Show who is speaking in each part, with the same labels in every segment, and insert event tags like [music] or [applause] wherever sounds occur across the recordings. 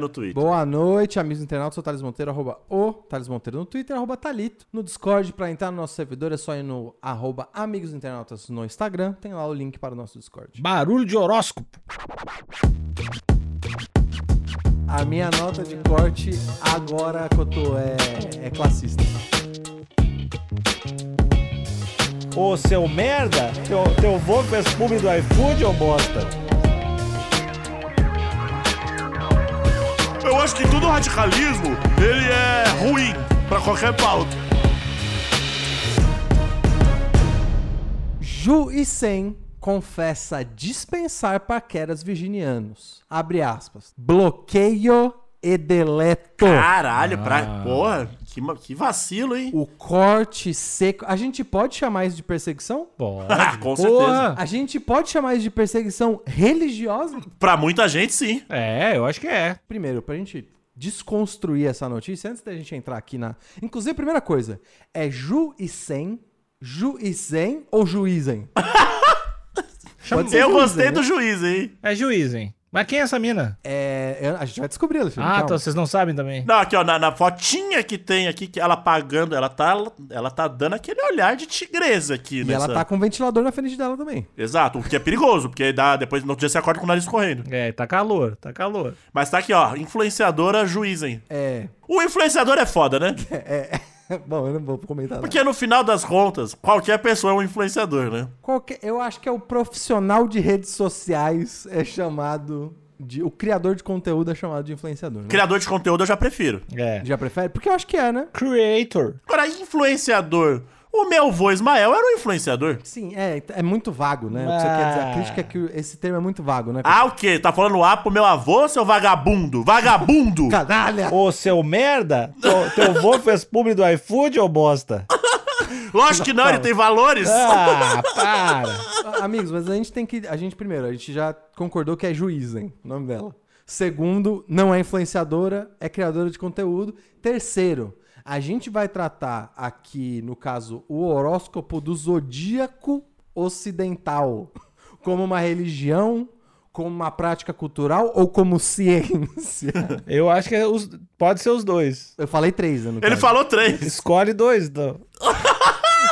Speaker 1: no Twitter.
Speaker 2: Boa noite, amigos internautas. Sou o Thales Monteiro, arroba o Thales Monteiro no Twitter, arroba Thalito. No Discord, pra entrar no nosso servidor, é só ir no arroba amigos internautas no Instagram. Tem lá o link para o nosso Discord.
Speaker 3: Barulho de horóscopo.
Speaker 2: A minha nota de corte agora, Cotô, é, é classista.
Speaker 3: Ô, seu merda, teu, teu voo com esse pub do iFood, ô bosta.
Speaker 1: Eu acho que todo radicalismo, ele é ruim pra qualquer pauta.
Speaker 2: Ju e Sen confessa dispensar paqueras virginianos. Abre aspas. Bloqueio e deleto.
Speaker 1: Caralho,
Speaker 2: Ah.
Speaker 1: pra... Porra, que, ma- que vacilo, hein?
Speaker 2: O corte seco. A gente pode chamar isso de perseguição?
Speaker 3: Pode.
Speaker 1: [laughs] Com
Speaker 3: porra.
Speaker 2: A gente pode chamar isso de perseguição religiosa?
Speaker 1: Pra muita gente, sim.
Speaker 3: É, eu acho que é.
Speaker 2: Primeiro, pra gente desconstruir essa notícia, antes da gente entrar aqui na. Inclusive, a primeira coisa, é Ju e Sen, Ju e Zen ou Juizem? Pode ser
Speaker 1: Eu
Speaker 2: juízo,
Speaker 1: gostei
Speaker 2: né?
Speaker 1: do juiz, hein?
Speaker 3: É juiz, hein? Mas quem é essa mina?
Speaker 2: É, eu- a gente vai descobrir, Alexandre.
Speaker 3: Ah,
Speaker 2: calma.
Speaker 3: então vocês não sabem também.
Speaker 1: Não, aqui, ó, na, na fotinha que tem aqui, que ela pagando, ela tá, ela tá dando aquele olhar de tigresa aqui,
Speaker 2: E
Speaker 1: nessa...
Speaker 2: ela tá com um ventilador na frente dela também.
Speaker 1: Exato, o que é perigoso, porque dá, depois no outro dia você acorda com o nariz correndo.
Speaker 3: É, tá calor, tá calor.
Speaker 1: Mas tá aqui, ó, influenciadora juizem.
Speaker 2: É. é,
Speaker 1: O influenciador é foda,
Speaker 2: [laughs]
Speaker 1: né?
Speaker 2: é. [laughs] Bom, eu não vou comentar. Não.
Speaker 1: Porque no final das contas, qualquer pessoa é um influenciador, né?
Speaker 2: Qualquer- eu acho que é o profissional de redes sociais é chamado de. O criador de conteúdo é chamado de influenciador. Né?
Speaker 1: Criador de conteúdo eu já prefiro.
Speaker 3: É.
Speaker 2: Já prefere? Porque eu acho que é, né?
Speaker 3: Creator.
Speaker 1: Agora, influenciador. O meu vô Ismael era um influenciador.
Speaker 2: Sim, é, é muito vago, né? O que você
Speaker 3: Ah.
Speaker 2: quer dizer? A crítica é que esse termo é muito vago, né? [laughs]
Speaker 1: Ah, o quê? Tá falando A pro meu avô, seu vagabundo? Vagabundo!
Speaker 2: Canalha!
Speaker 3: Ô, seu merda, teu, teu vô fez publi do iFood, ô bosta.
Speaker 1: Lógico que não, ele tem valores.
Speaker 3: Ah, para.
Speaker 2: Ah, Amigos, mas a gente tem que. A gente, primeiro, a gente já concordou que é juíza, hein? O nome dela. Segundo, não é influenciadora, é criadora de conteúdo. Terceiro, a gente vai tratar aqui, no caso, o horóscopo do zodíaco ocidental como uma religião, como uma prática cultural ou
Speaker 3: [laughs]
Speaker 2: como ciência?
Speaker 3: Eu acho que é os- pode ser os dois.
Speaker 2: Eu falei três, né? no
Speaker 1: Ele
Speaker 2: caso.
Speaker 1: falou três.
Speaker 3: Escolhe dois, então.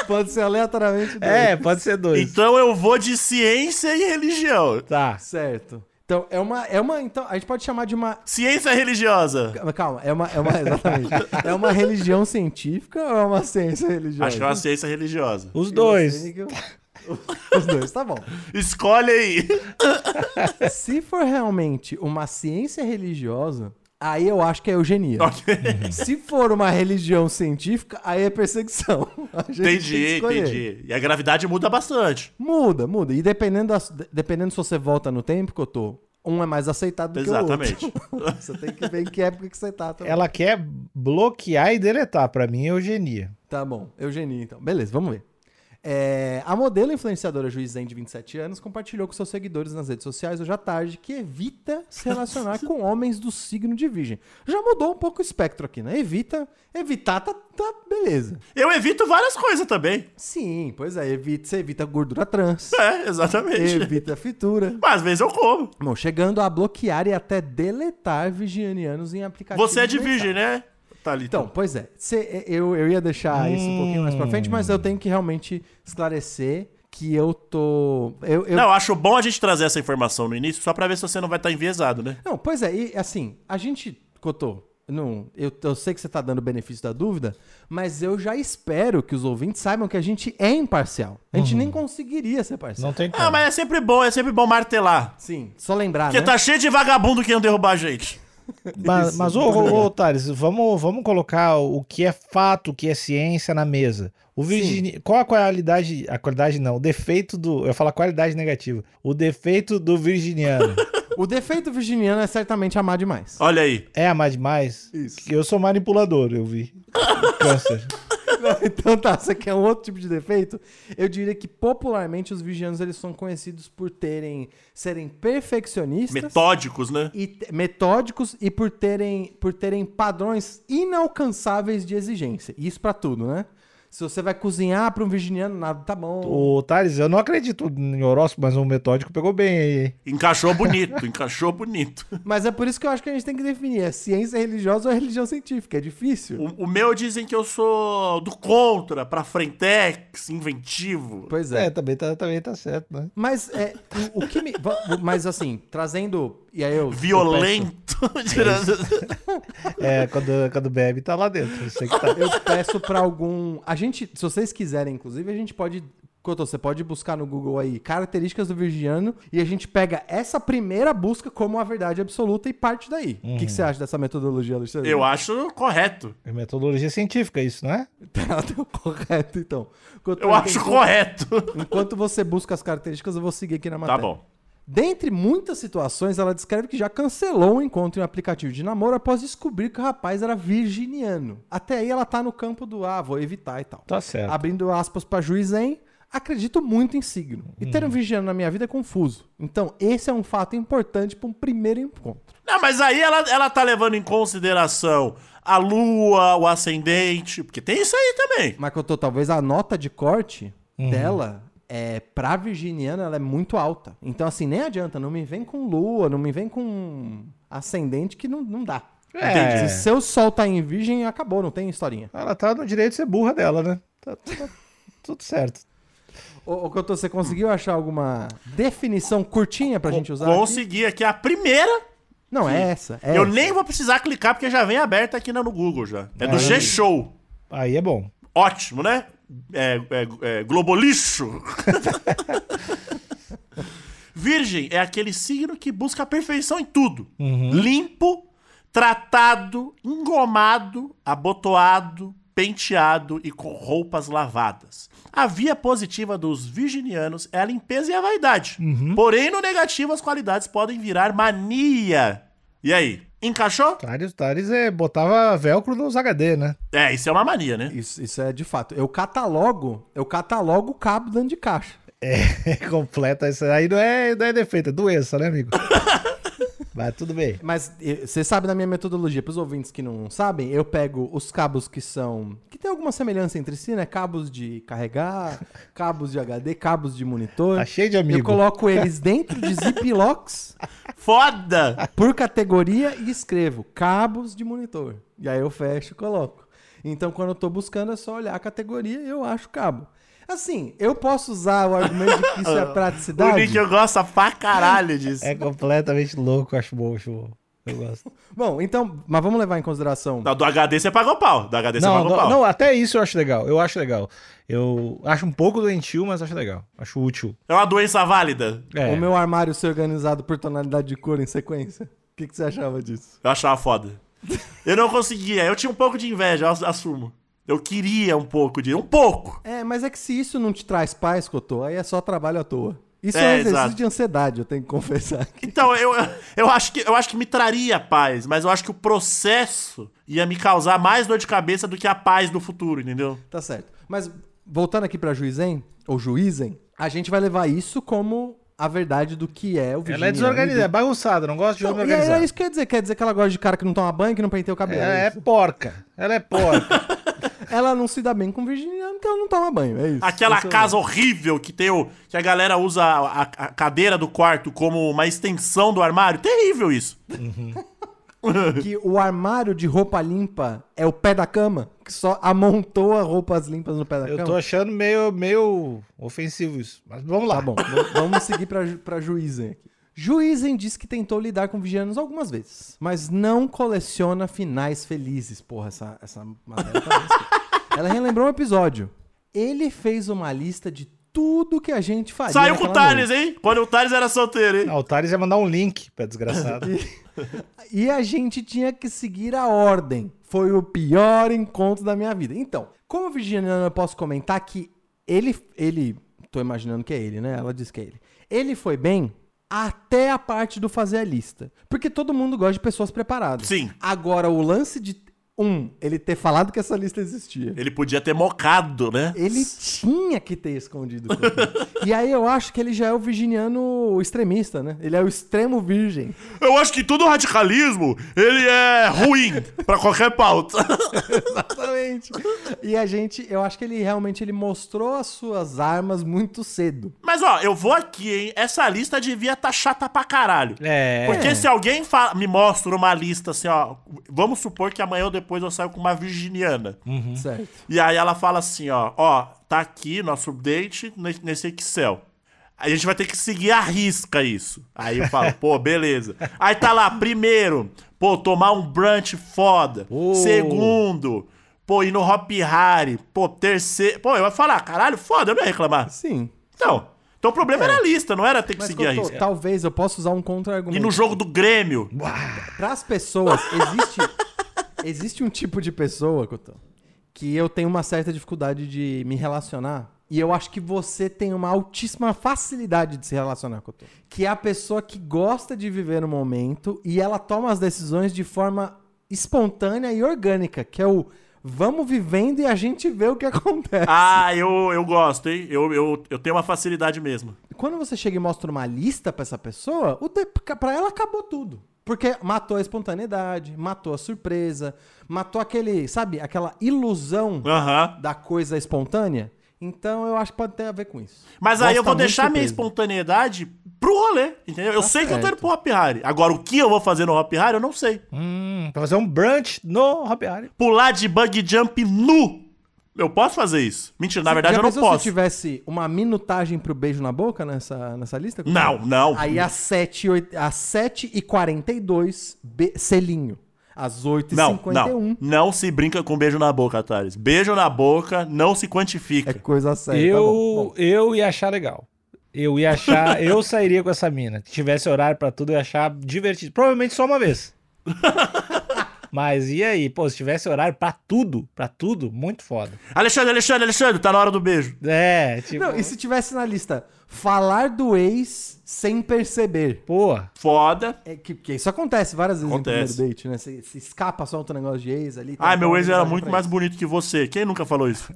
Speaker 2: Pode ser aleatoriamente dois.
Speaker 3: É, pode ser [laughs] dois.
Speaker 1: Então eu vou de ciência e religião.
Speaker 3: Tá.
Speaker 2: Certo. Então, é uma, é uma. Então, a gente pode chamar de uma.
Speaker 1: Ciência religiosa.
Speaker 2: Calma, Calma, é uma. É uma exatamente.
Speaker 3: [laughs]
Speaker 2: é uma religião científica ou é uma ciência religiosa?
Speaker 1: Acho que é uma ciência religiosa.
Speaker 3: Os
Speaker 2: Eu
Speaker 3: dois.
Speaker 2: sei que eu- Os dois, tá bom.
Speaker 1: Escolhe aí. [laughs]
Speaker 2: Se for realmente uma ciência religiosa, aí eu acho que é eugenia. Se for uma religião científica, aí é perseguição. [laughs] A gente tem que
Speaker 1: Entendi,
Speaker 2: escolher.
Speaker 1: entendi. E a gravidade muda bastante.
Speaker 2: Muda, muda. E dependendo, das- dependendo se você volta no tempo que eu tô, um é mais aceitado do que o
Speaker 1: Exatamente.
Speaker 2: outro. [laughs] você tem que ver em que época que você tá também.
Speaker 3: Ela quer bloquear e deletar. Pra mim é eugenia.
Speaker 2: Tá bom, Eugenia então. Beleza, vamos ver. É, a modelo influenciadora Juizen, de 27 anos, compartilhou com seus seguidores nas redes sociais hoje à tarde que evita se relacionar com homens do signo de virgem. Já mudou um pouco o espectro aqui, né? Evita, evitar tá, tá beleza.
Speaker 1: Eu evito várias coisas também.
Speaker 2: Sim, pois é, evita, você evita gordura trans,
Speaker 1: [laughs] É, exatamente.
Speaker 2: evita fritura.
Speaker 1: Mas [laughs] às vezes eu como.
Speaker 2: Bom, chegando a bloquear e até deletar virginianos em aplicativos
Speaker 1: Você é de
Speaker 2: mensagem.
Speaker 1: virgem, né? Tá ali.
Speaker 2: Então, pois é. Cê- eu, eu ia deixar isso um pouquinho mais pra frente, mas
Speaker 1: Hum.
Speaker 2: eu tenho que realmente esclarecer que eu tô. Eu, eu-
Speaker 1: Não, eu acho bom a gente trazer essa informação no início, só pra ver se você não vai estar enviesado, né?
Speaker 2: Não, pois é. E assim, a gente. Cotô, não, eu, eu sei que você tá dando o benefício da dúvida, mas eu já espero que os ouvintes saibam que a gente é imparcial. A gente
Speaker 1: Uhum.
Speaker 2: nem conseguiria ser parcial.
Speaker 3: Não tem como.
Speaker 1: Ah, mas é sempre bom, é sempre bom martelar.
Speaker 2: Sim, só lembrar,
Speaker 1: Porque
Speaker 2: Ah, né?
Speaker 1: tá cheio de vagabundo querendo derrubar a gente.
Speaker 3: Mas, mas ô, ô, ô, Thales, vamos, vamos colocar o que é fato, o que é ciência na mesa. O Virgini... Qual a qualidade. A qualidade não, o defeito do. Eu ia falar qualidade negativa. O defeito do virginiano
Speaker 2: O defeito virginiano é certamente amar demais.
Speaker 1: Olha aí.
Speaker 3: é amar demais?
Speaker 2: Isso.
Speaker 3: Eu sou manipulador, eu vi. Câncer.
Speaker 2: Não, [laughs] então tá, você quer um outro tipo de defeito? Eu diria que popularmente os vigianos eles são conhecidos por terem serem perfeccionistas
Speaker 1: Metódicos, né?
Speaker 2: e te- metódicos e por terem por terem padrões inalcançáveis de exigência. Isso pra tudo, né? Se você vai cozinhar pra um virginiano, nada tá bom.
Speaker 3: Ô, Thales, eu não acredito em horóscopo, mas o metódico pegou bem aí, hein?
Speaker 1: Encaixou bonito, [laughs] encaixou bonito.
Speaker 2: Mas é por isso que eu acho que a gente tem que definir: é ciência religiosa ou é religião científica? É difícil.
Speaker 1: O, o meu dizem que eu sou do contra, pra frentex, inventivo.
Speaker 2: Pois
Speaker 3: É, também, tá, também tá certo, né?
Speaker 2: Mas é, o, o que me. va- o- Mas assim, trazendo. E aí eu.
Speaker 1: Violento. [laughs]
Speaker 3: É, quando, quando bebe, tá lá dentro. Você que [laughs] tá.
Speaker 2: Eu peço, eu peço pra algum. A gente, se vocês quiserem, inclusive, a gente pode. Cotô, você pode buscar no Google aí características do virginiano e a gente pega essa primeira busca como a verdade absoluta e parte daí. O que, que você acha dessa metodologia, Alexandre?
Speaker 1: eu acho correto.
Speaker 3: É metodologia científica, isso, não é?
Speaker 2: [laughs] Tá, tá correto, então. Cotô,
Speaker 1: Eu acho
Speaker 2: enquanto-
Speaker 1: correto.
Speaker 2: Enquanto você busca as características, eu vou seguir aqui na
Speaker 1: Tá
Speaker 2: matéria.
Speaker 1: bom.
Speaker 2: Dentre muitas situações, ela descreve que já cancelou um encontro em um aplicativo de namoro após descobrir que o rapaz era virginiano. Até aí ela tá no campo do ah, vou evitar e tal.
Speaker 3: Tá certo.
Speaker 2: Abrindo aspas pra Juizen, acredito muito em signo. E ter um virginiano na minha vida é confuso. Então, esse é um fato importante pra um primeiro encontro.
Speaker 1: Não, mas aí ela, ela tá levando em consideração a lua, o ascendente, porque tem isso aí também.
Speaker 2: Mas que eu tô, talvez a nota de corte dela é pra virginiana ela é muito alta. Então, assim, nem adianta, não me vem com lua, não me vem com ascendente que não, não dá.
Speaker 3: É,
Speaker 2: Se seu sol tá em virgem, acabou, não tem historinha.
Speaker 3: ela tá no direito de ser burra dela, né? Tá, tá tudo certo.
Speaker 2: Ô, ô Cotô, você conseguiu achar alguma definição curtinha pra gente usar? aqui?
Speaker 1: Consegui aqui a primeira.
Speaker 2: Não, é essa. é
Speaker 1: Eu
Speaker 2: essa.
Speaker 1: nem vou precisar clicar porque já vem aberta aqui no Google já. É do G-Show.
Speaker 3: Aí é bom.
Speaker 1: Ótimo, né? É, é, é, globolixo. Virgem é aquele signo que busca a perfeição em tudo. Limpo, tratado, engomado, abotoado, penteado e com roupas lavadas. A via positiva dos virginianos é a limpeza e a vaidade. Porém, no negativo, as qualidades podem virar mania. E aí? Encaixou?
Speaker 3: Thales, Thales é, botava velcro nos HD, né? [laughs]
Speaker 1: É, isso é uma mania, né?
Speaker 2: Isso, isso é de fato. Eu catalogo, eu catalogo o cabo dentro de caixa.
Speaker 3: É completa. Isso aí não é, não é defeito, é doença, né, amigo? Mas tudo bem.
Speaker 2: Mas eh, você sabe da minha metodologia, pros ouvintes que não sabem, eu pego os cabos que são. que tem alguma semelhança entre si, né? Cabos de
Speaker 3: [laughs]
Speaker 2: carregar, cabos de HD, cabos de monitor.
Speaker 3: Tá cheio de amigo.
Speaker 2: Eu coloco eles dentro
Speaker 3: [laughs]
Speaker 2: de ziplocks
Speaker 1: Foda!
Speaker 2: por categoria e escrevo cabos de monitor. E aí eu fecho e coloco. Então, quando eu tô buscando, é só olhar a categoria e eu acho cabo. Assim, eu posso usar o argumento de que
Speaker 3: [laughs]
Speaker 2: isso é
Speaker 1: O
Speaker 2: praticidade.
Speaker 1: Nick gosta pra caralho disso.
Speaker 3: É completamente louco, acho bom, acho bom. Eu gosto.
Speaker 2: Bom, então, mas vamos levar em consideração.
Speaker 1: Não, do HD você pagou pau. Do HD você
Speaker 3: Não,
Speaker 1: pagou
Speaker 3: não,
Speaker 1: pau.
Speaker 3: não, até isso eu acho legal. Eu acho legal. Eu acho um pouco doentio, mas acho legal. Acho útil.
Speaker 1: É uma doença válida.
Speaker 3: É.
Speaker 2: O meu armário ser organizado por tonalidade de cor em sequência. O que, que você achava disso?
Speaker 1: Eu achava foda. Eu não conseguia. Eu tinha um pouco de inveja, eu ass- assumo. Eu queria um pouco de. Um pouco.
Speaker 2: É, mas é que se isso não te traz paz, Cotô, aí é só trabalho à toa. Isso é,
Speaker 1: É,
Speaker 2: um exercício
Speaker 1: exato.
Speaker 2: de ansiedade, eu tenho que [laughs] confessar. aqui.
Speaker 1: Então, eu, eu, acho que, eu acho que me traria paz, mas eu acho que o processo ia me causar mais dor de cabeça do que a paz do futuro, entendeu?
Speaker 2: Tá certo. Mas voltando aqui pra Juizen, ou Juizen, a gente vai levar isso como a verdade do que é o virginiano.
Speaker 3: Ela é desorganizada, é
Speaker 2: e do-
Speaker 3: bagunçada, não gosta de homem
Speaker 2: Não, e aí,
Speaker 3: organizado.
Speaker 2: é isso que quer dizer. Quer dizer que ela gosta de cara que não toma banho, que não penteia o cabelo.
Speaker 3: Ela
Speaker 2: é
Speaker 3: é
Speaker 2: isso.
Speaker 3: porca. Ela é
Speaker 2: [laughs]
Speaker 3: porca.
Speaker 2: Ela não se dá bem com o virginiano porque ela não toma banho. É isso.
Speaker 1: Aquela
Speaker 2: Isso é-
Speaker 1: casa horrível que tem o. que a galera usa a, a cadeira do quarto como uma extensão do armário. Terrível isso.
Speaker 2: que o armário de roupa limpa é o pé da cama, que só amontoa roupas limpas no pé da
Speaker 3: eu
Speaker 2: cama.
Speaker 3: tô achando meio, meio ofensivo isso. Mas vamos lá.
Speaker 2: Tá bom, v- vamos seguir pra, ju- pra Juizen aqui. Juizen diz que tentou lidar com vigianos algumas vezes, mas não coleciona finais felizes. Porra, essa, essa matéria tá risca. Ela relembrou um episódio. Ele fez uma lista de tudo que a gente faria.
Speaker 1: Saiu com o
Speaker 2: naquela
Speaker 1: Thales, hein? Quando o Thales era solteiro, hein?
Speaker 3: Não, o Thales ia mandar um link pra desgraçado.
Speaker 2: [laughs] E a gente tinha que seguir a ordem. Foi o pior encontro da minha vida. Então, como virginiano, eu posso comentar que ele. ele tô imaginando que é ele, né? Ela disse que é ele. Ele foi bem até a parte do fazer a lista. Porque todo mundo gosta de pessoas preparadas.
Speaker 1: Sim.
Speaker 2: Agora, o lance de Um, ele ter falado que essa lista existia.
Speaker 1: Ele podia ter mocado, né?
Speaker 2: Ele tinha que ter escondido. Cooper. e aí eu acho que ele já é o virginiano extremista, né? Ele é o extremo virgem.
Speaker 1: Eu acho que todo radicalismo, ele é ruim [laughs] pra qualquer pauta. [laughs]
Speaker 2: Exatamente. E a gente, eu acho que ele realmente ele mostrou as suas armas muito cedo.
Speaker 1: Mas ó, eu vou aqui, hein? Essa lista devia tá chata pra caralho.
Speaker 3: É.
Speaker 1: Porque se alguém fa- me mostra uma lista assim, ó, vamos supor que amanhã ou depois eu saio com uma virginiana.
Speaker 2: Certo.
Speaker 1: E aí ela fala assim, ó, ó, tá aqui nosso update ne- nesse Excel. A gente vai ter que seguir a risca isso. Aí eu falo, pô, beleza. Aí tá lá, primeiro, pô, tomar um brunch foda.
Speaker 3: Oh.
Speaker 1: Segundo, pô, ir no Hop Harry. Pô, terceiro. Pô, eu ia falar, caralho, foda, eu não ia reclamar.
Speaker 2: Sim.
Speaker 1: Então, então o problema era a lista, não era ter que
Speaker 2: Mas
Speaker 1: seguir a
Speaker 2: Cotô,
Speaker 1: risca.
Speaker 2: talvez eu possa usar um
Speaker 1: E
Speaker 2: contra-argumento.
Speaker 1: no jogo do Grêmio,
Speaker 2: Para as pessoas, existe, existe um tipo de pessoa, Cotô, que eu tenho uma certa dificuldade de me relacionar. E eu acho que você tem uma altíssima facilidade de se relacionar, Cotô. Que é a pessoa que gosta de viver no momento e ela toma as decisões de forma espontânea e orgânica, que é o vamos vivendo e a gente vê o que [laughs] acontece.
Speaker 1: ah, eu, eu gosto, hein? Eu, eu, eu tenho uma facilidade mesmo.
Speaker 2: Quando você chega e mostra uma lista pra essa pessoa, o te- pra ela acabou tudo. Porque matou a espontaneidade, matou a surpresa, matou aquele, sabe, aquela ilusão
Speaker 1: Aham.
Speaker 2: da coisa espontânea. Então eu acho que pode ter a ver com isso.
Speaker 1: Mas aí
Speaker 2: Gosta
Speaker 1: eu vou
Speaker 2: muito
Speaker 1: deixar minha
Speaker 2: surpresa.
Speaker 1: espontaneidade pro rolê, entendeu? Eu sei que eu tô
Speaker 2: certo.
Speaker 1: indo pro Hop Harry. Agora, o que eu vou fazer no Hop Harry, eu não sei.
Speaker 3: Hum, pra fazer um brunch no Hop Harry.
Speaker 1: Pular de bug jump nu. Eu posso fazer isso? Mentira, na verdade
Speaker 2: Já
Speaker 1: eu não
Speaker 2: pensou
Speaker 1: posso.
Speaker 2: Se tivesse uma minutagem pro beijo na boca nessa, nessa lista? é?
Speaker 1: Não, não.
Speaker 2: Aí às 7, às 7 e 42 be- selinho. Às 8 e
Speaker 1: não,
Speaker 2: 51
Speaker 1: não. Não se brinca com beijo na boca, Thales. Beijo na boca não se quantifica.
Speaker 2: é coisa séria. tá bom, bom.
Speaker 3: eu, eu ia achar legal. Eu ia achar, [laughs] eu sairia com essa mina. Se tivesse horário pra tudo, eu ia achar divertido. Provavelmente só uma
Speaker 2: [laughs]
Speaker 3: vez. Mas e aí? Pô, se tivesse horário pra tudo, pra tudo, muito foda.
Speaker 1: Alexandre, Alexandre, Alexandre, tá na hora do beijo.
Speaker 3: É, tipo,
Speaker 2: Não, e se tivesse na lista falar do ex sem perceber?
Speaker 3: pô,
Speaker 2: [laughs]
Speaker 1: Foda.
Speaker 2: É que, que isso acontece várias vezes
Speaker 1: Acontece.
Speaker 2: no primeiro date, né? Você se escapa, solta um negócio de ex ali.
Speaker 1: Ai,
Speaker 2: tenta
Speaker 1: meu
Speaker 2: uma
Speaker 1: ex era
Speaker 2: mensagem
Speaker 1: muito
Speaker 2: pra
Speaker 1: mais
Speaker 2: ele.
Speaker 1: bonito que você. Quem nunca falou
Speaker 2: [laughs]
Speaker 1: isso?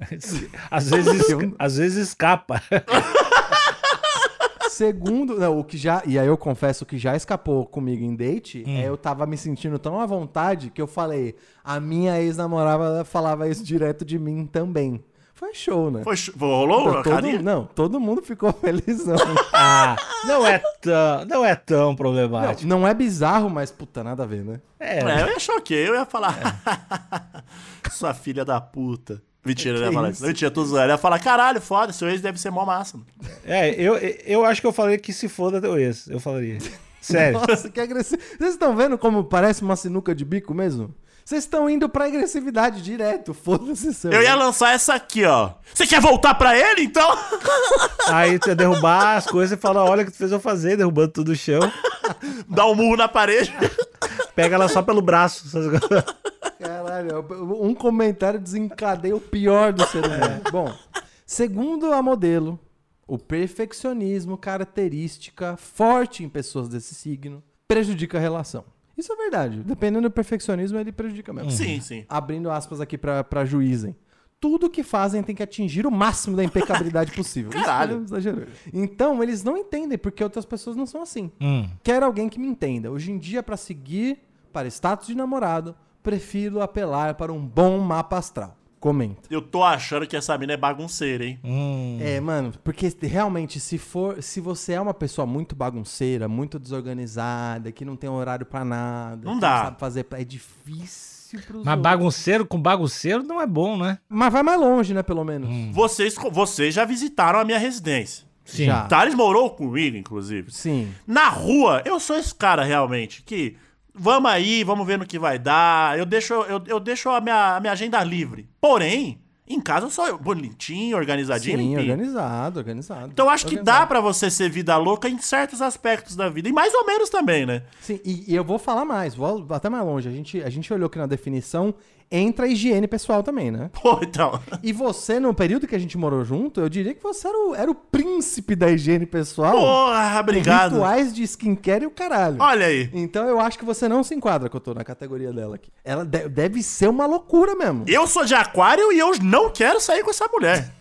Speaker 3: às vezes, às vezes escapa.
Speaker 2: Segundo, não, o que já. E aí eu confesso o que já escapou comigo em date
Speaker 1: Hum.
Speaker 2: é eu tava me sentindo tão à vontade que eu falei, a minha ex-namorada falava isso direto de mim também. Foi show, né?
Speaker 1: Foi, ch- rolou
Speaker 2: Então,
Speaker 1: a
Speaker 2: todo,
Speaker 1: carinha?
Speaker 2: não, todo mundo ficou [laughs] felizão.
Speaker 3: Ah, não é tão, não é tão
Speaker 2: não,
Speaker 3: problemático.
Speaker 2: não é bizarro, mas puta, nada a ver, né?
Speaker 3: É,
Speaker 1: É, eu ia achar ok, eu ia falar. [laughs] Sua filha da puta. Mentira, eu ia
Speaker 2: Que
Speaker 1: falar
Speaker 2: isso?
Speaker 1: isso. Mentira, tô zoando. Eu ia falar, caralho, foda, seu ex deve ser mó massa. mano."
Speaker 3: é, eu, eu acho que eu falei que se foda teu ex. Eu falaria.
Speaker 1: É.
Speaker 3: Sério.
Speaker 2: Nossa, que agressivo. Vocês estão vendo como parece uma sinuca de bico mesmo? Vocês estão indo pra agressividade direto, foda-se seu.
Speaker 1: Eu ia lançar essa aqui, ó. Você quer voltar pra ele, então? [laughs]
Speaker 3: Aí tu ia derrubar as coisas e falar: olha o que tu fez eu fazer, derrubando tudo do chão.
Speaker 1: Dá um murro na parede.
Speaker 3: Pega ela só pelo braço. sabe?
Speaker 2: Caralho, um comentário desencadeia o pior do ser humano.
Speaker 1: É.
Speaker 2: Bom, segundo a modelo, o perfeccionismo, característica forte em pessoas desse signo, prejudica a relação. Isso é verdade. Dependendo do perfeccionismo, ele prejudica mesmo.
Speaker 1: Sim, sim.
Speaker 2: Abrindo aspas aqui pra, pra juízem. Tudo que fazem tem que atingir o máximo da impecabilidade possível.
Speaker 1: [laughs]
Speaker 2: Isso
Speaker 1: Caralho.
Speaker 2: é exagerou. Então, eles não entendem porque outras pessoas não são assim.
Speaker 3: Hum.
Speaker 2: Quero alguém que me entenda. Hoje em dia, pra seguir para status de namorado, prefiro apelar para um bom mapa astral. Comenta.
Speaker 1: Eu tô achando que essa mina é bagunceira, hein?
Speaker 3: Hum.
Speaker 2: É, mano, porque realmente, se for, se você é uma pessoa muito bagunceira, muito desorganizada, que não tem horário pra nada,
Speaker 1: Não
Speaker 2: que
Speaker 1: dá.
Speaker 2: sabe fazer, pra- é difícil pros
Speaker 3: Mas
Speaker 2: outros.
Speaker 3: bagunceiro com bagunceiro não é bom, né?
Speaker 2: Mas vai mais longe, né, pelo menos.
Speaker 3: Hum.
Speaker 1: Vocês, vocês já visitaram a minha residência.
Speaker 3: Sim.
Speaker 2: Já.
Speaker 1: Thales morou comigo, inclusive.
Speaker 2: Sim.
Speaker 1: Na rua, eu sou esse cara realmente, que vamos aí, vamos ver no que vai dar. Eu deixo, eu, eu deixo a, minha, a minha agenda livre. Porém, em casa eu sou bonitinho, organizadinho,
Speaker 2: Sim,
Speaker 1: limpinho.
Speaker 2: organizado, organizado.
Speaker 1: Então eu acho que
Speaker 2: Organizado.
Speaker 1: dá pra você ser vida louca em certos aspectos da vida. E mais ou menos também, né? [laughs]
Speaker 2: Sim, e, e eu vou falar mais, vou até mais longe. A gente, a gente olhou aqui na definição entra a higiene pessoal também, né?
Speaker 1: Pô, então.
Speaker 2: E você, no período que a gente morou junto, eu diria que você era o, era o príncipe da higiene pessoal.
Speaker 1: Porra,
Speaker 2: com
Speaker 1: obrigado.
Speaker 2: Rituais de skincare e o caralho.
Speaker 1: Olha aí.
Speaker 2: Então eu acho que você não se enquadra, que eu tô na categoria dela aqui. Ela de- deve ser uma loucura mesmo.
Speaker 1: Eu sou de aquário e eu não quero sair com essa
Speaker 2: [laughs]
Speaker 1: mulher.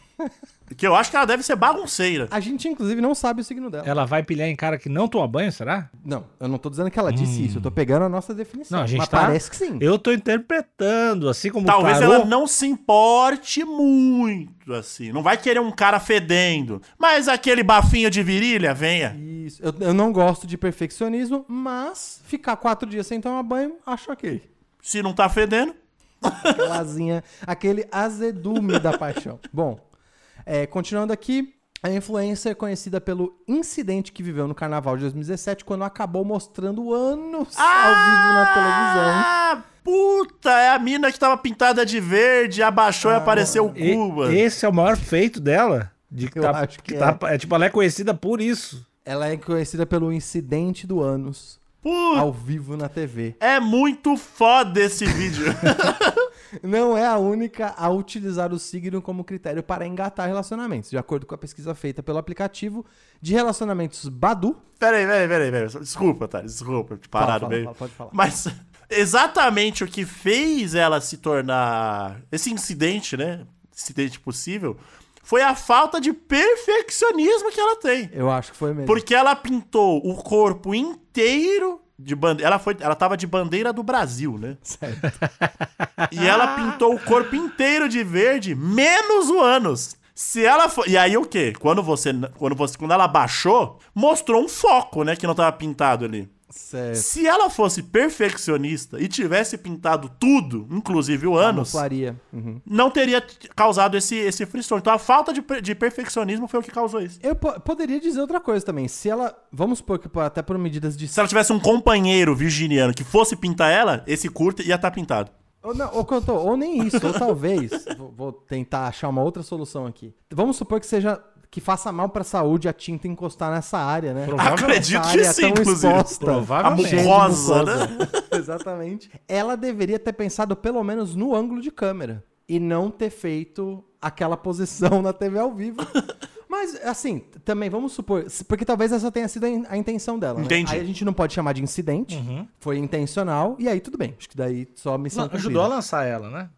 Speaker 1: que eu acho que ela deve ser bagunceira.
Speaker 2: A gente, inclusive, não sabe o signo dela.
Speaker 3: Ela vai pilhar em cara que não toma banho, será?
Speaker 2: Não, eu não tô dizendo que ela disse isso, eu tô pegando a nossa definição.
Speaker 3: Hum. Não, a gente
Speaker 2: mas
Speaker 3: tá-
Speaker 2: parece que sim.
Speaker 3: Eu tô interpretando, assim como
Speaker 1: Talvez
Speaker 3: o tarô,
Speaker 1: ela não se importe muito, assim. Não vai querer um cara fedendo. Mas aquele bafinho de virilha, venha.
Speaker 2: Isso. Eu, eu não gosto de perfeccionismo, mas ficar quatro dias sem tomar banho, acho ok.
Speaker 1: Se não tá fedendo,
Speaker 2: Aquelazinha, aquele azedume da paixão. Bom, é, continuando aqui, a influencer é conhecida pelo incidente que viveu no carnaval de 2017, quando acabou mostrando anos ao vivo na televisão.
Speaker 1: Ah, puta, é a mina que tava pintada de verde, abaixou
Speaker 2: Ah,
Speaker 1: e apareceu o
Speaker 3: e-
Speaker 1: Cuba.
Speaker 3: esse é o maior feito dela. De que
Speaker 2: Eu
Speaker 3: tá,
Speaker 2: acho que
Speaker 3: que tá- é, tipo, ela é conhecida por isso.
Speaker 2: Ela é conhecida pelo incidente do anos
Speaker 1: Puta,
Speaker 2: ao vivo na TV.
Speaker 1: é muito foda esse vídeo. [laughs]
Speaker 2: não é a única a utilizar o signo como critério para engatar relacionamentos, de acordo com a pesquisa feita pelo aplicativo de relacionamentos Badu.
Speaker 1: peraí, peraí, peraí, peraí. Desculpa, tá? Desculpa, te
Speaker 2: Fala,
Speaker 1: pararam
Speaker 2: fala,
Speaker 1: meio.
Speaker 2: fala, pode falar.
Speaker 1: Mas exatamente o que fez ela se tornar. Esse incidente, né? Incidente possível. Foi a falta de perfeccionismo que ela tem.
Speaker 2: Eu acho que foi mesmo.
Speaker 1: Porque ela pintou o corpo inteiro de bandeira. Ela, foi, ela tava de bandeira do Brasil, né?
Speaker 2: Certo.
Speaker 1: E ela pintou o corpo inteiro de verde, menos o ânus. Se ela for... E aí o quê? Quando você quando você quando ela baixou, mostrou um foco, né, que não tava pintado ali.
Speaker 2: Certo.
Speaker 1: Se ela fosse perfeccionista e tivesse pintado tudo, inclusive o ânus,
Speaker 2: Faria. Uhum.
Speaker 1: não teria t- causado esse esse frisson. Então a falta de, per- de perfeccionismo foi o que causou isso.
Speaker 2: Eu po- poderia dizer outra coisa também. Se ela. Vamos supor que pô, até por medidas de.
Speaker 1: Se ela tivesse um companheiro virginiano que fosse pintar ela, esse curta ia estar pintado.
Speaker 2: Ou, não, ou, que eu tô- ou nem isso, ou talvez. [laughs] vou, vou tentar achar uma outra solução aqui. Vamos supor que seja. Que faça mal pra saúde a tinta encostar nessa área, né?
Speaker 3: Provavelmente.
Speaker 1: Acredito
Speaker 2: Essa
Speaker 1: que
Speaker 2: área é
Speaker 1: sim,
Speaker 2: tão
Speaker 1: inclusive.
Speaker 2: exposta.
Speaker 1: A
Speaker 3: Provavelmente.
Speaker 2: Cheio de
Speaker 1: mucosa, né?
Speaker 2: [laughs] Exatamente. Ela deveria ter pensado pelo menos no ângulo de câmera e não ter feito aquela posição na TV
Speaker 1: [laughs]
Speaker 2: ao vivo. Mas, assim, t- também vamos supor, se- porque talvez essa tenha sido a in- a intenção dela. né?
Speaker 1: Entendi.
Speaker 2: Aí a gente não pode chamar de incidente, foi intencional, e aí tudo bem. Acho que daí só missão.
Speaker 3: Uhum. Não,
Speaker 2: cumprida.
Speaker 3: ajudou a lançar ela, né?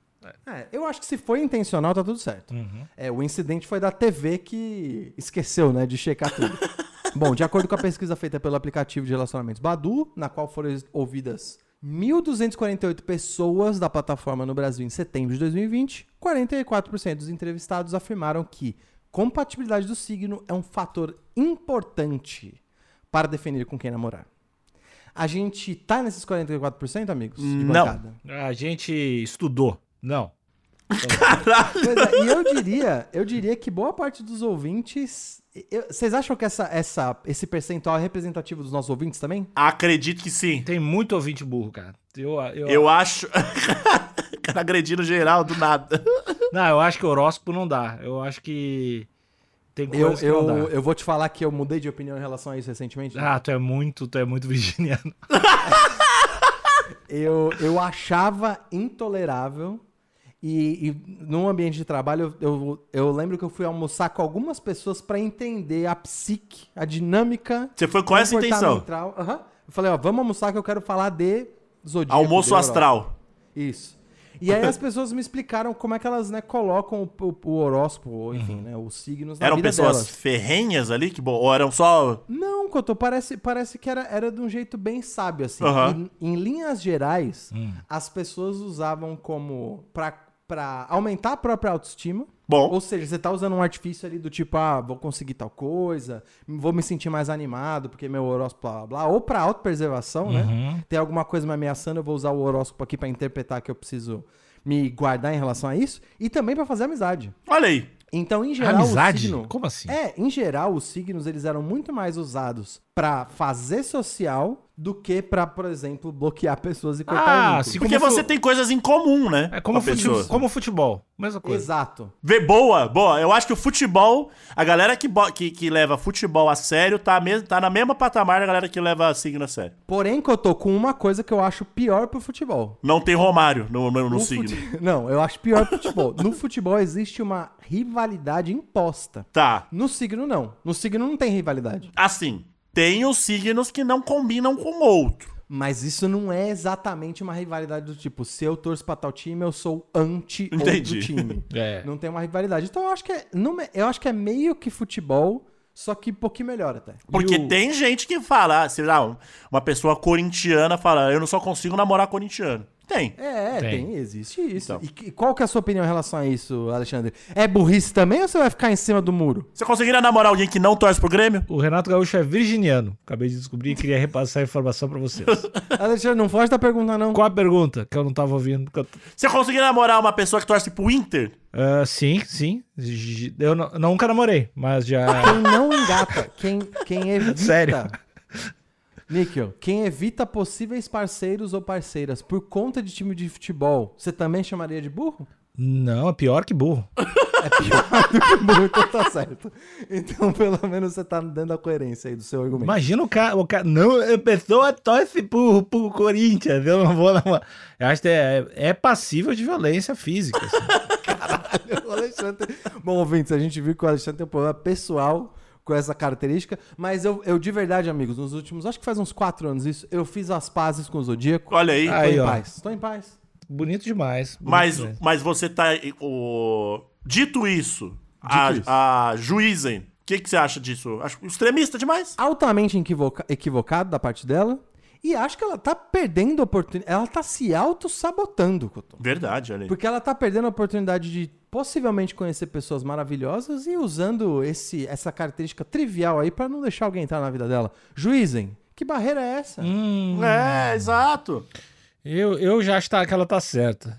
Speaker 2: É, eu acho que se foi intencional, tá tudo certo. É, o incidente foi da TV que esqueceu, né, de checar tudo. Bom, de acordo com a pesquisa feita pelo aplicativo de relacionamentos Badu, na qual foram ouvidas 1.248 pessoas da plataforma no Brasil em setembro de 2020, 44% dos entrevistados afirmaram que compatibilidade do signo é um fator importante para definir com quem namorar. A gente tá nesses 44%, amigos? de
Speaker 1: Não.
Speaker 2: bancada?
Speaker 3: A gente estudou. Não.
Speaker 2: Pois é, e eu diria, eu diria que boa parte dos ouvintes. eu- Vocês acham que essa, essa, esse percentual é representativo dos nossos ouvintes também?
Speaker 1: Acredito que sim.
Speaker 3: Tem muito ouvinte burro, cara. Eu, eu,
Speaker 1: Eu acho. [laughs] Cara, agredindo geral do nada.
Speaker 3: Não, eu acho que horóscopo não dá. Eu acho que tem
Speaker 2: Eu,
Speaker 3: coisas que não
Speaker 2: eu,
Speaker 3: dá.
Speaker 2: eu vou te falar que eu mudei de opinião em relação a isso recentemente.
Speaker 3: Ah, tu é muito, tu é muito virginiano. [laughs]
Speaker 2: Eu, eu achava intolerável. E, e num ambiente de trabalho, eu, eu, eu lembro que eu fui almoçar com algumas pessoas pra entender a psique, a dinâmica.
Speaker 1: Você foi com é essa intenção.
Speaker 2: comportamental. Aham. Eu falei, ó, vamos almoçar que eu quero falar de zodíaco.
Speaker 1: Almoço
Speaker 2: de horóscopo.
Speaker 1: astral.
Speaker 2: Isso. E aí as pessoas me explicaram como é que elas né, colocam o, o- o horóscopo, ou enfim, né, os signos na
Speaker 1: Uhum. Eram
Speaker 2: vida
Speaker 1: pessoas
Speaker 2: delas.
Speaker 1: ferrenhas ali, que bom, ou eram só.
Speaker 2: Não, Cotô, parece, parece que era, era de um jeito bem sábio, assim.
Speaker 1: Aham. Hum.
Speaker 2: Em, em linhas gerais, as pessoas usavam como... Pra, pra aumentar a própria autoestima.
Speaker 1: Bom,
Speaker 2: Ou seja, você tá usando um artifício ali do tipo, ah, vou conseguir tal coisa, vou me sentir mais animado porque meu horóscopo, blá, blá, blá. Ou pra autopreservação,
Speaker 1: Uhum.
Speaker 2: né? Tem alguma coisa me ameaçando, eu vou usar o horóscopo aqui pra interpretar que eu preciso me guardar em relação a isso. E também pra fazer amizade.
Speaker 1: olha aí.
Speaker 2: Então, em geral, o
Speaker 3: Amizade?
Speaker 2: signo...
Speaker 3: Como assim?
Speaker 2: É, em geral, os signos, eles eram muito mais usados pra fazer social do que pra, por exemplo, bloquear pessoas e cortar
Speaker 3: Ah,
Speaker 2: o
Speaker 3: se-
Speaker 2: se...
Speaker 3: como
Speaker 1: Porque
Speaker 3: fu-
Speaker 1: você tem coisas em comum, né?
Speaker 3: É como,
Speaker 1: com a
Speaker 3: fute-
Speaker 1: pessoa.
Speaker 3: como futebol. Mesma coisa.
Speaker 2: Exato.
Speaker 1: Vê, boa, boa. Eu acho que o futebol, a galera que, bo- que, que leva futebol a sério tá, mes- tá na mesma patamar da galera que leva signo a sério.
Speaker 2: Porém, que eu tô com uma coisa que eu acho pior pro futebol.
Speaker 1: Não tem Romário no, no, no
Speaker 2: O
Speaker 1: signo.
Speaker 2: fute- [laughs] Não, eu acho pior pro futebol. No futebol existe uma rivalidade imposta.
Speaker 1: Tá.
Speaker 2: No signo, não. No signo não tem rivalidade.
Speaker 1: Assim, tem os signos que não combinam com o outro.
Speaker 2: Mas isso não é exatamente uma rivalidade do tipo, se eu torço pra tal time, eu sou anti
Speaker 1: Entendi.
Speaker 2: outro time.
Speaker 3: É.
Speaker 2: Não tem uma rivalidade. Então eu acho que é, não me- eu acho que é meio que futebol, só que um pouquinho melhor até.
Speaker 1: Porque
Speaker 2: E o-
Speaker 1: tem gente que fala, ah, sei lá, um- uma pessoa corintiana fala, eu não só consigo namorar corintiano. Tem.
Speaker 2: É,
Speaker 3: Tem.
Speaker 2: tem, existe isso.
Speaker 1: Então.
Speaker 2: E que- qual que é a sua opinião em relação a isso, Alexandre? É burrice também ou você vai ficar em cima do muro?
Speaker 1: Você
Speaker 2: [laughs]
Speaker 1: conseguiria namorar alguém que não torce pro Grêmio?
Speaker 3: O Renato Gaúcho é virginiano. Acabei de descobrir e queria repassar a informação pra vocês. [laughs]
Speaker 2: Alexandre, não foge da pergunta não.
Speaker 3: Qual a pergunta que eu não tava ouvindo? Que eu t-
Speaker 1: Você conseguiria namorar uma pessoa que torce pro Inter?
Speaker 3: Ah, sim, sim. Gi- Eu não- nunca namorei, mas já.
Speaker 2: [laughs] Quem não engata, quem, quem evita.
Speaker 3: Sério?
Speaker 2: Níquel, quem evita possíveis parceiros ou parceiras por conta de time de futebol, você também chamaria de burro? É
Speaker 3: Não, é pior que burro.
Speaker 2: Burro, então tá certo. Então, pelo menos você tá dando a coerência aí do seu argumento.
Speaker 3: Imagina o cara. O cara não, a pessoa torce pro, pro Corinthians. Eu não vou namorar. Eu acho que é, é passível de violência física.
Speaker 2: [laughs]
Speaker 3: assim.
Speaker 2: O Alexandre... Bom, ouvintes, a gente viu que o Alexandre tem um problema pessoal com essa característica, mas eu, eu de verdade, amigos, nos últimos, acho que faz uns quatro anos isso, eu fiz as pazes com o Zodíaco.
Speaker 1: Olha aí.
Speaker 3: Ah, Aí,
Speaker 2: Tô
Speaker 3: ó.
Speaker 2: em paz. Tô em paz.
Speaker 3: Bonito demais. bonito
Speaker 1: Mas,
Speaker 3: demais.
Speaker 1: mas você tá. eh, o- Dito isso, a,
Speaker 2: isso.
Speaker 1: a juízem. O que, que você acha disso? Acho extremista demais.
Speaker 2: Altamente equivoca- equivocado da parte dela. E acho que ela tá perdendo a oportunidade. Ela tá se auto-sabotando, Cotô.
Speaker 1: Verdade, olha aí.
Speaker 2: Porque ela tá perdendo a oportunidade de possivelmente conhecer pessoas maravilhosas e usando esse, essa característica trivial aí pra não deixar alguém entrar na vida dela. Juizem, que barreira é essa?
Speaker 3: Hum,
Speaker 1: É, exato.
Speaker 3: Eu, eu já acho que ela tá certa.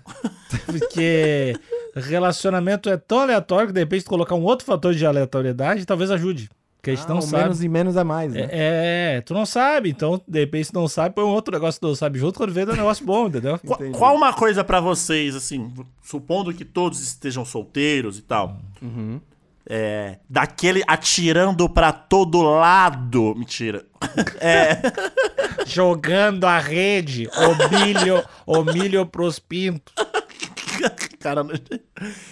Speaker 3: Porque relacionamento é tão aleatório que de repente tu colocar um outro fator de aleatoriedade talvez ajude. Porque a gente
Speaker 2: Ah,
Speaker 3: não
Speaker 2: o
Speaker 3: então sabe.
Speaker 2: menos e menos é mais, né?
Speaker 3: É, é, tu não sabe, então de repente tu não sabe, põe um outro negócio que tu não sabe junto, quando vê, dá um negócio bom, entendeu?
Speaker 2: [laughs]
Speaker 1: Qu-
Speaker 2: Entendi.
Speaker 1: Qual uma coisa pra vocês, assim, supondo que todos estejam solteiros e tal,
Speaker 2: Uhum.
Speaker 1: é, daquele atirando pra todo lado, mentira. [laughs]
Speaker 3: Jogando a rede, o milho, o milho pros pintos.
Speaker 1: Cara, não-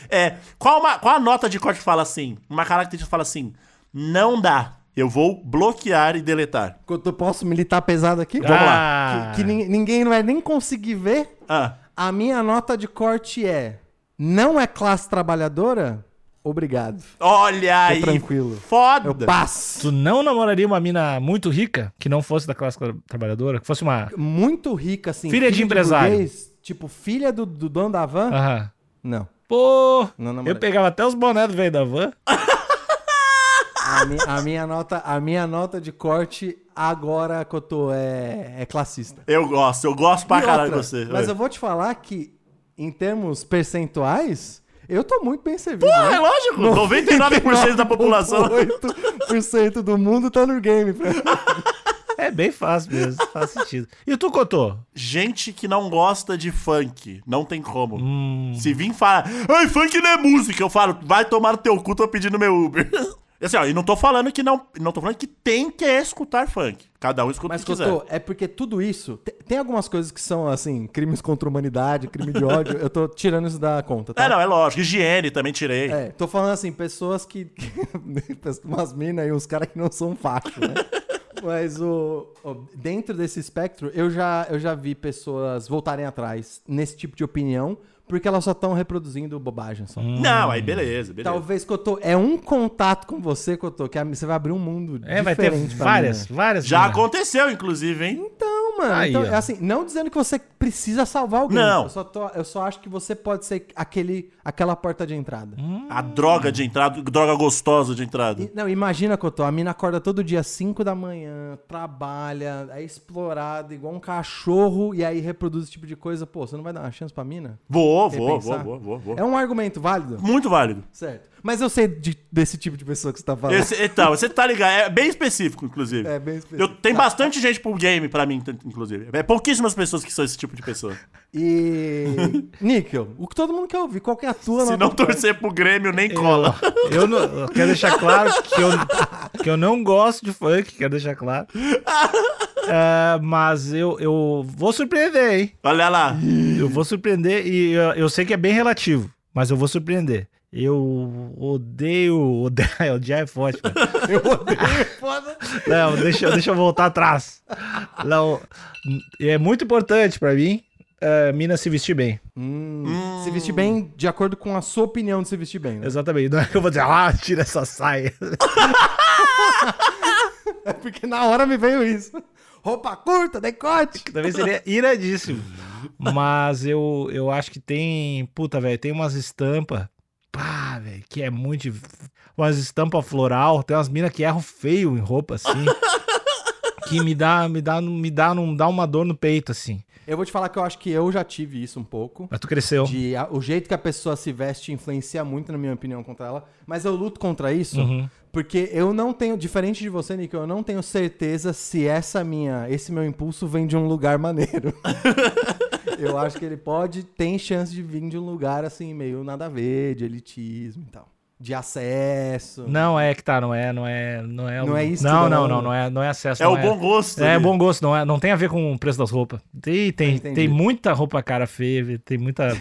Speaker 1: é, qual, uma- qual a nota de corte que fala assim? Uma característica que fala assim, não dá, eu vou bloquear e deletar.
Speaker 2: Enquanto eu posso militar pesado aqui,
Speaker 3: Vamos lá.
Speaker 2: que, que nin- ninguém vai nem conseguir ver,
Speaker 1: Ah,
Speaker 2: a minha nota de corte é: não é classe trabalhadora? Obrigado.
Speaker 1: olha aí,
Speaker 2: tranquilo. É
Speaker 1: foda.
Speaker 2: Eu passo.
Speaker 3: Tu não namoraria uma mina muito rica, que não fosse da classe tra- trabalhadora, que fosse uma.
Speaker 2: Muito rica, assim.
Speaker 3: Filha de empresário.
Speaker 2: burguês, tipo, filha do, do dono da van?
Speaker 1: Ah.
Speaker 3: Aham.
Speaker 2: Não.
Speaker 3: Pô,
Speaker 2: Não namoraria.
Speaker 3: eu pegava até os boné do velho da van.
Speaker 2: A, mi- a minha nota, a minha nota de corte agora, Cotô, é, é classista.
Speaker 1: Eu gosto, eu gosto pra
Speaker 2: E
Speaker 1: caralho de
Speaker 2: outra,
Speaker 1: você.
Speaker 2: Mas
Speaker 1: Oi.
Speaker 2: eu vou te falar que, em termos percentuais, eu tô muito bem servido.
Speaker 1: Ah,
Speaker 2: né?
Speaker 1: é lógico, 99% da
Speaker 2: [laughs]
Speaker 1: população. Ah,
Speaker 2: 8% do mundo tá no game.
Speaker 3: É bem fácil mesmo, faz sentido. E tu, Cotô?
Speaker 1: Gente que não gosta de funk, não tem como.
Speaker 2: Hum.
Speaker 1: Se vir falar, ai, funk não é música, eu falo, vai tomar no teu cu, tô pedindo meu Uber. [laughs] Assim, ó, e não tô falando que não. Não tô falando que tem que é escutar funk. Cada um escuta
Speaker 2: Mas,
Speaker 1: o que quiser.
Speaker 2: Cotô, é porque tudo isso. te- Tem algumas coisas que são, assim, crimes contra a humanidade, crime de ódio. eu tô tirando isso da conta, tá?
Speaker 1: É, não, é lógico. Higiene também tirei.
Speaker 2: É, tô falando assim, pessoas que. [laughs] que- umas minas e uns caras que não são
Speaker 3: [laughs]
Speaker 2: facho, né? Mas o, o- dentro desse espectro, eu já, eu já vi pessoas voltarem atrás nesse tipo de opinião, porque elas só estão reproduzindo bobagem só.
Speaker 3: Hum,
Speaker 1: Não,
Speaker 2: Hum.
Speaker 1: aí beleza, beleza.
Speaker 2: Talvez, Cotô, é um contato com você, Cotô, que a- você vai abrir um mundo
Speaker 3: É, vai ter
Speaker 2: diferente pra né?
Speaker 3: várias,
Speaker 2: mina.
Speaker 3: várias.
Speaker 1: Já
Speaker 3: minas.
Speaker 1: aconteceu, inclusive, hein?
Speaker 2: Então, mano,
Speaker 3: Aí,
Speaker 2: então,
Speaker 3: ó.
Speaker 2: é assim, não dizendo que você precisa salvar alguém.
Speaker 1: Não.
Speaker 2: Eu só, tô- eu só acho que você pode ser aquele, aquela porta de entrada.
Speaker 3: Hum.
Speaker 1: A
Speaker 2: Hum.
Speaker 1: droga de entrada, droga gostosa de entrada.
Speaker 2: E- não, imagina, Cotô, a mina acorda todo dia às 5 da manhã, trabalha, é explorada igual um cachorro e aí reproduz esse tipo de coisa. Pô, você não vai dar uma chance pra mina?
Speaker 1: Vou, vou, vou,
Speaker 2: Repensar?
Speaker 1: vou, vou, vou.
Speaker 2: É um argumento válido?
Speaker 1: Muito válido.
Speaker 2: Certo. Mas eu sei de- desse tipo de pessoa que você tá falando.
Speaker 1: Esse- então, você tá ligado. É bem específico, inclusive.
Speaker 2: É bem específico.
Speaker 1: Eu,
Speaker 3: Tá.
Speaker 1: tem bastante gente pro game pra mim, t- inclusive. É pouquíssimas pessoas que são esse tipo
Speaker 3: [laughs]
Speaker 1: de pessoa. [laughs]
Speaker 2: E. Níquel, o que todo mundo quer ouvir? Qual que é a tua
Speaker 1: Se
Speaker 2: nota
Speaker 1: não
Speaker 2: pra-
Speaker 1: torcer pro Grêmio, nem cola.
Speaker 3: Eu, não, eu quero deixar claro que eu, que eu não gosto de funk, quero deixar claro.
Speaker 2: [laughs]
Speaker 3: É, mas eu, eu vou surpreender, hein?
Speaker 1: [laughs] Olha lá.
Speaker 3: Eu vou surpreender e eu, eu sei que é bem relativo, mas eu vou surpreender. Eu odeio. [laughs] odeio odiar é forte, cara.
Speaker 2: [laughs] Eu odeio, é foda.
Speaker 1: [laughs]
Speaker 3: Não, deixa, eu- deixa eu voltar atrás. Não, é muito importante pra mim é, mina se vestir bem.
Speaker 2: Hum, Se vestir bem de acordo com a sua opinião de se vestir bem. Né?
Speaker 3: Exatamente. Não é que eu vou dizer, ah, tira essa saia. [laughs]
Speaker 2: É [laughs] porque na hora me veio isso. Roupa curta, decote.
Speaker 3: Também seria iradíssimo. Mas eu, eu acho que tem. Puta, velho, tem umas estampas. Pá, velho, que é muito. dif- Umas estampas floral. Tem umas minas que erram feio em roupa, assim. que me dá, me dá, me dá, não dá uma dor no peito, assim.
Speaker 2: Eu vou te falar que eu acho que eu já tive isso um pouco.
Speaker 3: Mas tu cresceu.
Speaker 2: De, a- o jeito que a pessoa se veste influencia muito, na minha opinião, contra ela. Mas eu luto contra isso
Speaker 3: Uhum.
Speaker 2: porque eu não tenho, diferente de você, Nico, eu não tenho certeza se essa minha, esse meu impulso vem de um
Speaker 3: [laughs]
Speaker 2: lugar maneiro. eu acho que ele pode, tem chance de vir de um lugar assim, meio nada a ver, de elitismo e tal. De acesso.
Speaker 3: Não é que tá, não é, não é, não é.
Speaker 2: Não é isso que
Speaker 3: Não,
Speaker 2: dá
Speaker 3: não,
Speaker 2: um-
Speaker 3: não, não é, não é acesso.
Speaker 1: É
Speaker 3: não
Speaker 1: o bom gosto.
Speaker 3: É
Speaker 1: ali.
Speaker 3: bom gosto, não é, não tem a ver com o preço das roupas. Tem, tem,
Speaker 2: Entendi.
Speaker 3: tem muita roupa cara feia, tem muita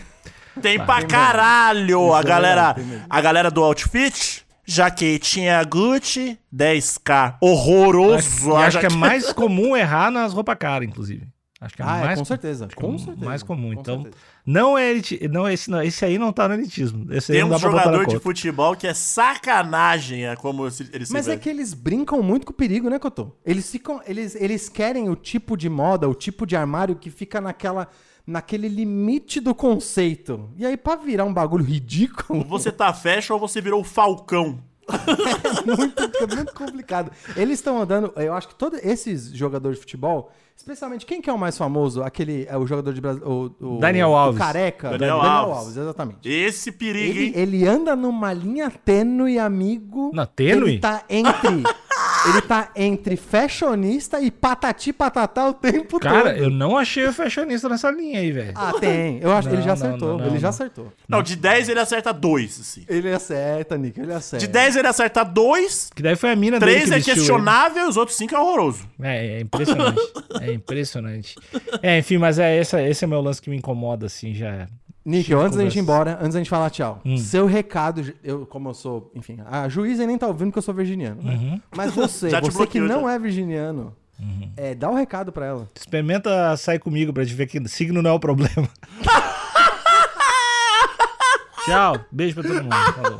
Speaker 1: Tem pra caralho. A
Speaker 2: é
Speaker 1: galera,
Speaker 2: verdade, tem mesmo.
Speaker 1: a galera do outfit, jaquetinha Gucci, 10k. Horroroso.
Speaker 3: Eu
Speaker 1: Ah,
Speaker 3: [laughs]
Speaker 1: a
Speaker 3: acho que é
Speaker 1: jaque- [laughs]
Speaker 3: mais comum errar nas roupas caras, inclusive. Acho que é
Speaker 2: Ah, é,
Speaker 3: mais
Speaker 2: com certeza.
Speaker 3: que é
Speaker 2: Com certeza.
Speaker 3: mais comum,
Speaker 2: com
Speaker 3: então-
Speaker 2: certeza.
Speaker 3: Não é eliti... não, esse, não, esse aí não tá no elitismo. Esse aí
Speaker 1: Tem
Speaker 3: não dá
Speaker 1: um
Speaker 3: pra botar na
Speaker 1: jogador de
Speaker 3: conta.
Speaker 1: futebol que é sacanagem, é como se- ele se
Speaker 2: Mas é
Speaker 1: veste.
Speaker 2: que eles brincam muito com o perigo, né, Cotô? Eles ficam. Eles, eles querem o tipo de moda, o tipo de armário que fica naquela. naquele limite do conceito. E aí, pra virar um bagulho ridículo, [laughs]
Speaker 1: Você tá fashion ou você virou o Falcão?
Speaker 2: é muito, é muito complicado. Eles estão andando. Eu acho que todos esses jogadores de futebol, especialmente quem que é o mais famoso? Aquele. É o jogador de Brasil. O, o-
Speaker 3: Daniel Alves.
Speaker 2: O careca.
Speaker 1: Daniel Alves.
Speaker 2: exatamente.
Speaker 1: Esse perigo,
Speaker 2: Ele,
Speaker 3: é
Speaker 1: hein?
Speaker 2: ele anda numa linha tênue, amigo.
Speaker 3: Não, tênue?
Speaker 2: Ele
Speaker 3: [laughs]
Speaker 2: tá entre. ele tá entre fashionista e patati patatá o tempo
Speaker 3: Cara,
Speaker 2: todo.
Speaker 3: eu não achei o fashionista nessa linha aí, velho.
Speaker 2: Ah, tem. Eu acho que ele já
Speaker 3: Não, não,
Speaker 2: acertou.
Speaker 3: não,
Speaker 2: ele
Speaker 3: não,
Speaker 2: já
Speaker 3: não.
Speaker 2: acertou.
Speaker 1: Não, de 10 ele acerta 2, assim.
Speaker 2: Ele acerta, Nick. Ele acerta.
Speaker 1: De 10 ele acerta 2,
Speaker 3: Que daí foi a mina dele
Speaker 1: 3
Speaker 3: É. que
Speaker 1: é
Speaker 3: vestiu ele.
Speaker 1: questionável e os outros 5 é horroroso.
Speaker 3: É, é impressionante. é
Speaker 1: [laughs]
Speaker 3: impressionante. É, enfim, mas é essa, esse é o meu lance que me incomoda, assim, já.
Speaker 2: Nick, antes da
Speaker 3: conversa.
Speaker 2: gente ir embora, antes da gente falar tchau.
Speaker 3: Hum.
Speaker 2: Seu recado, eu, como eu sou, enfim, a juíza nem tá ouvindo que eu sou virginiano, né?
Speaker 3: Uhum.
Speaker 2: Mas
Speaker 1: [laughs]
Speaker 2: você,
Speaker 1: Já te
Speaker 2: você que
Speaker 1: bloqueou,
Speaker 2: não
Speaker 1: já.
Speaker 2: é virginiano, é, dá um recado pra ela.
Speaker 3: Experimenta sair comigo pra te ver que signo não é o [laughs] problema. Tchau. Beijo pra todo mundo. Falou.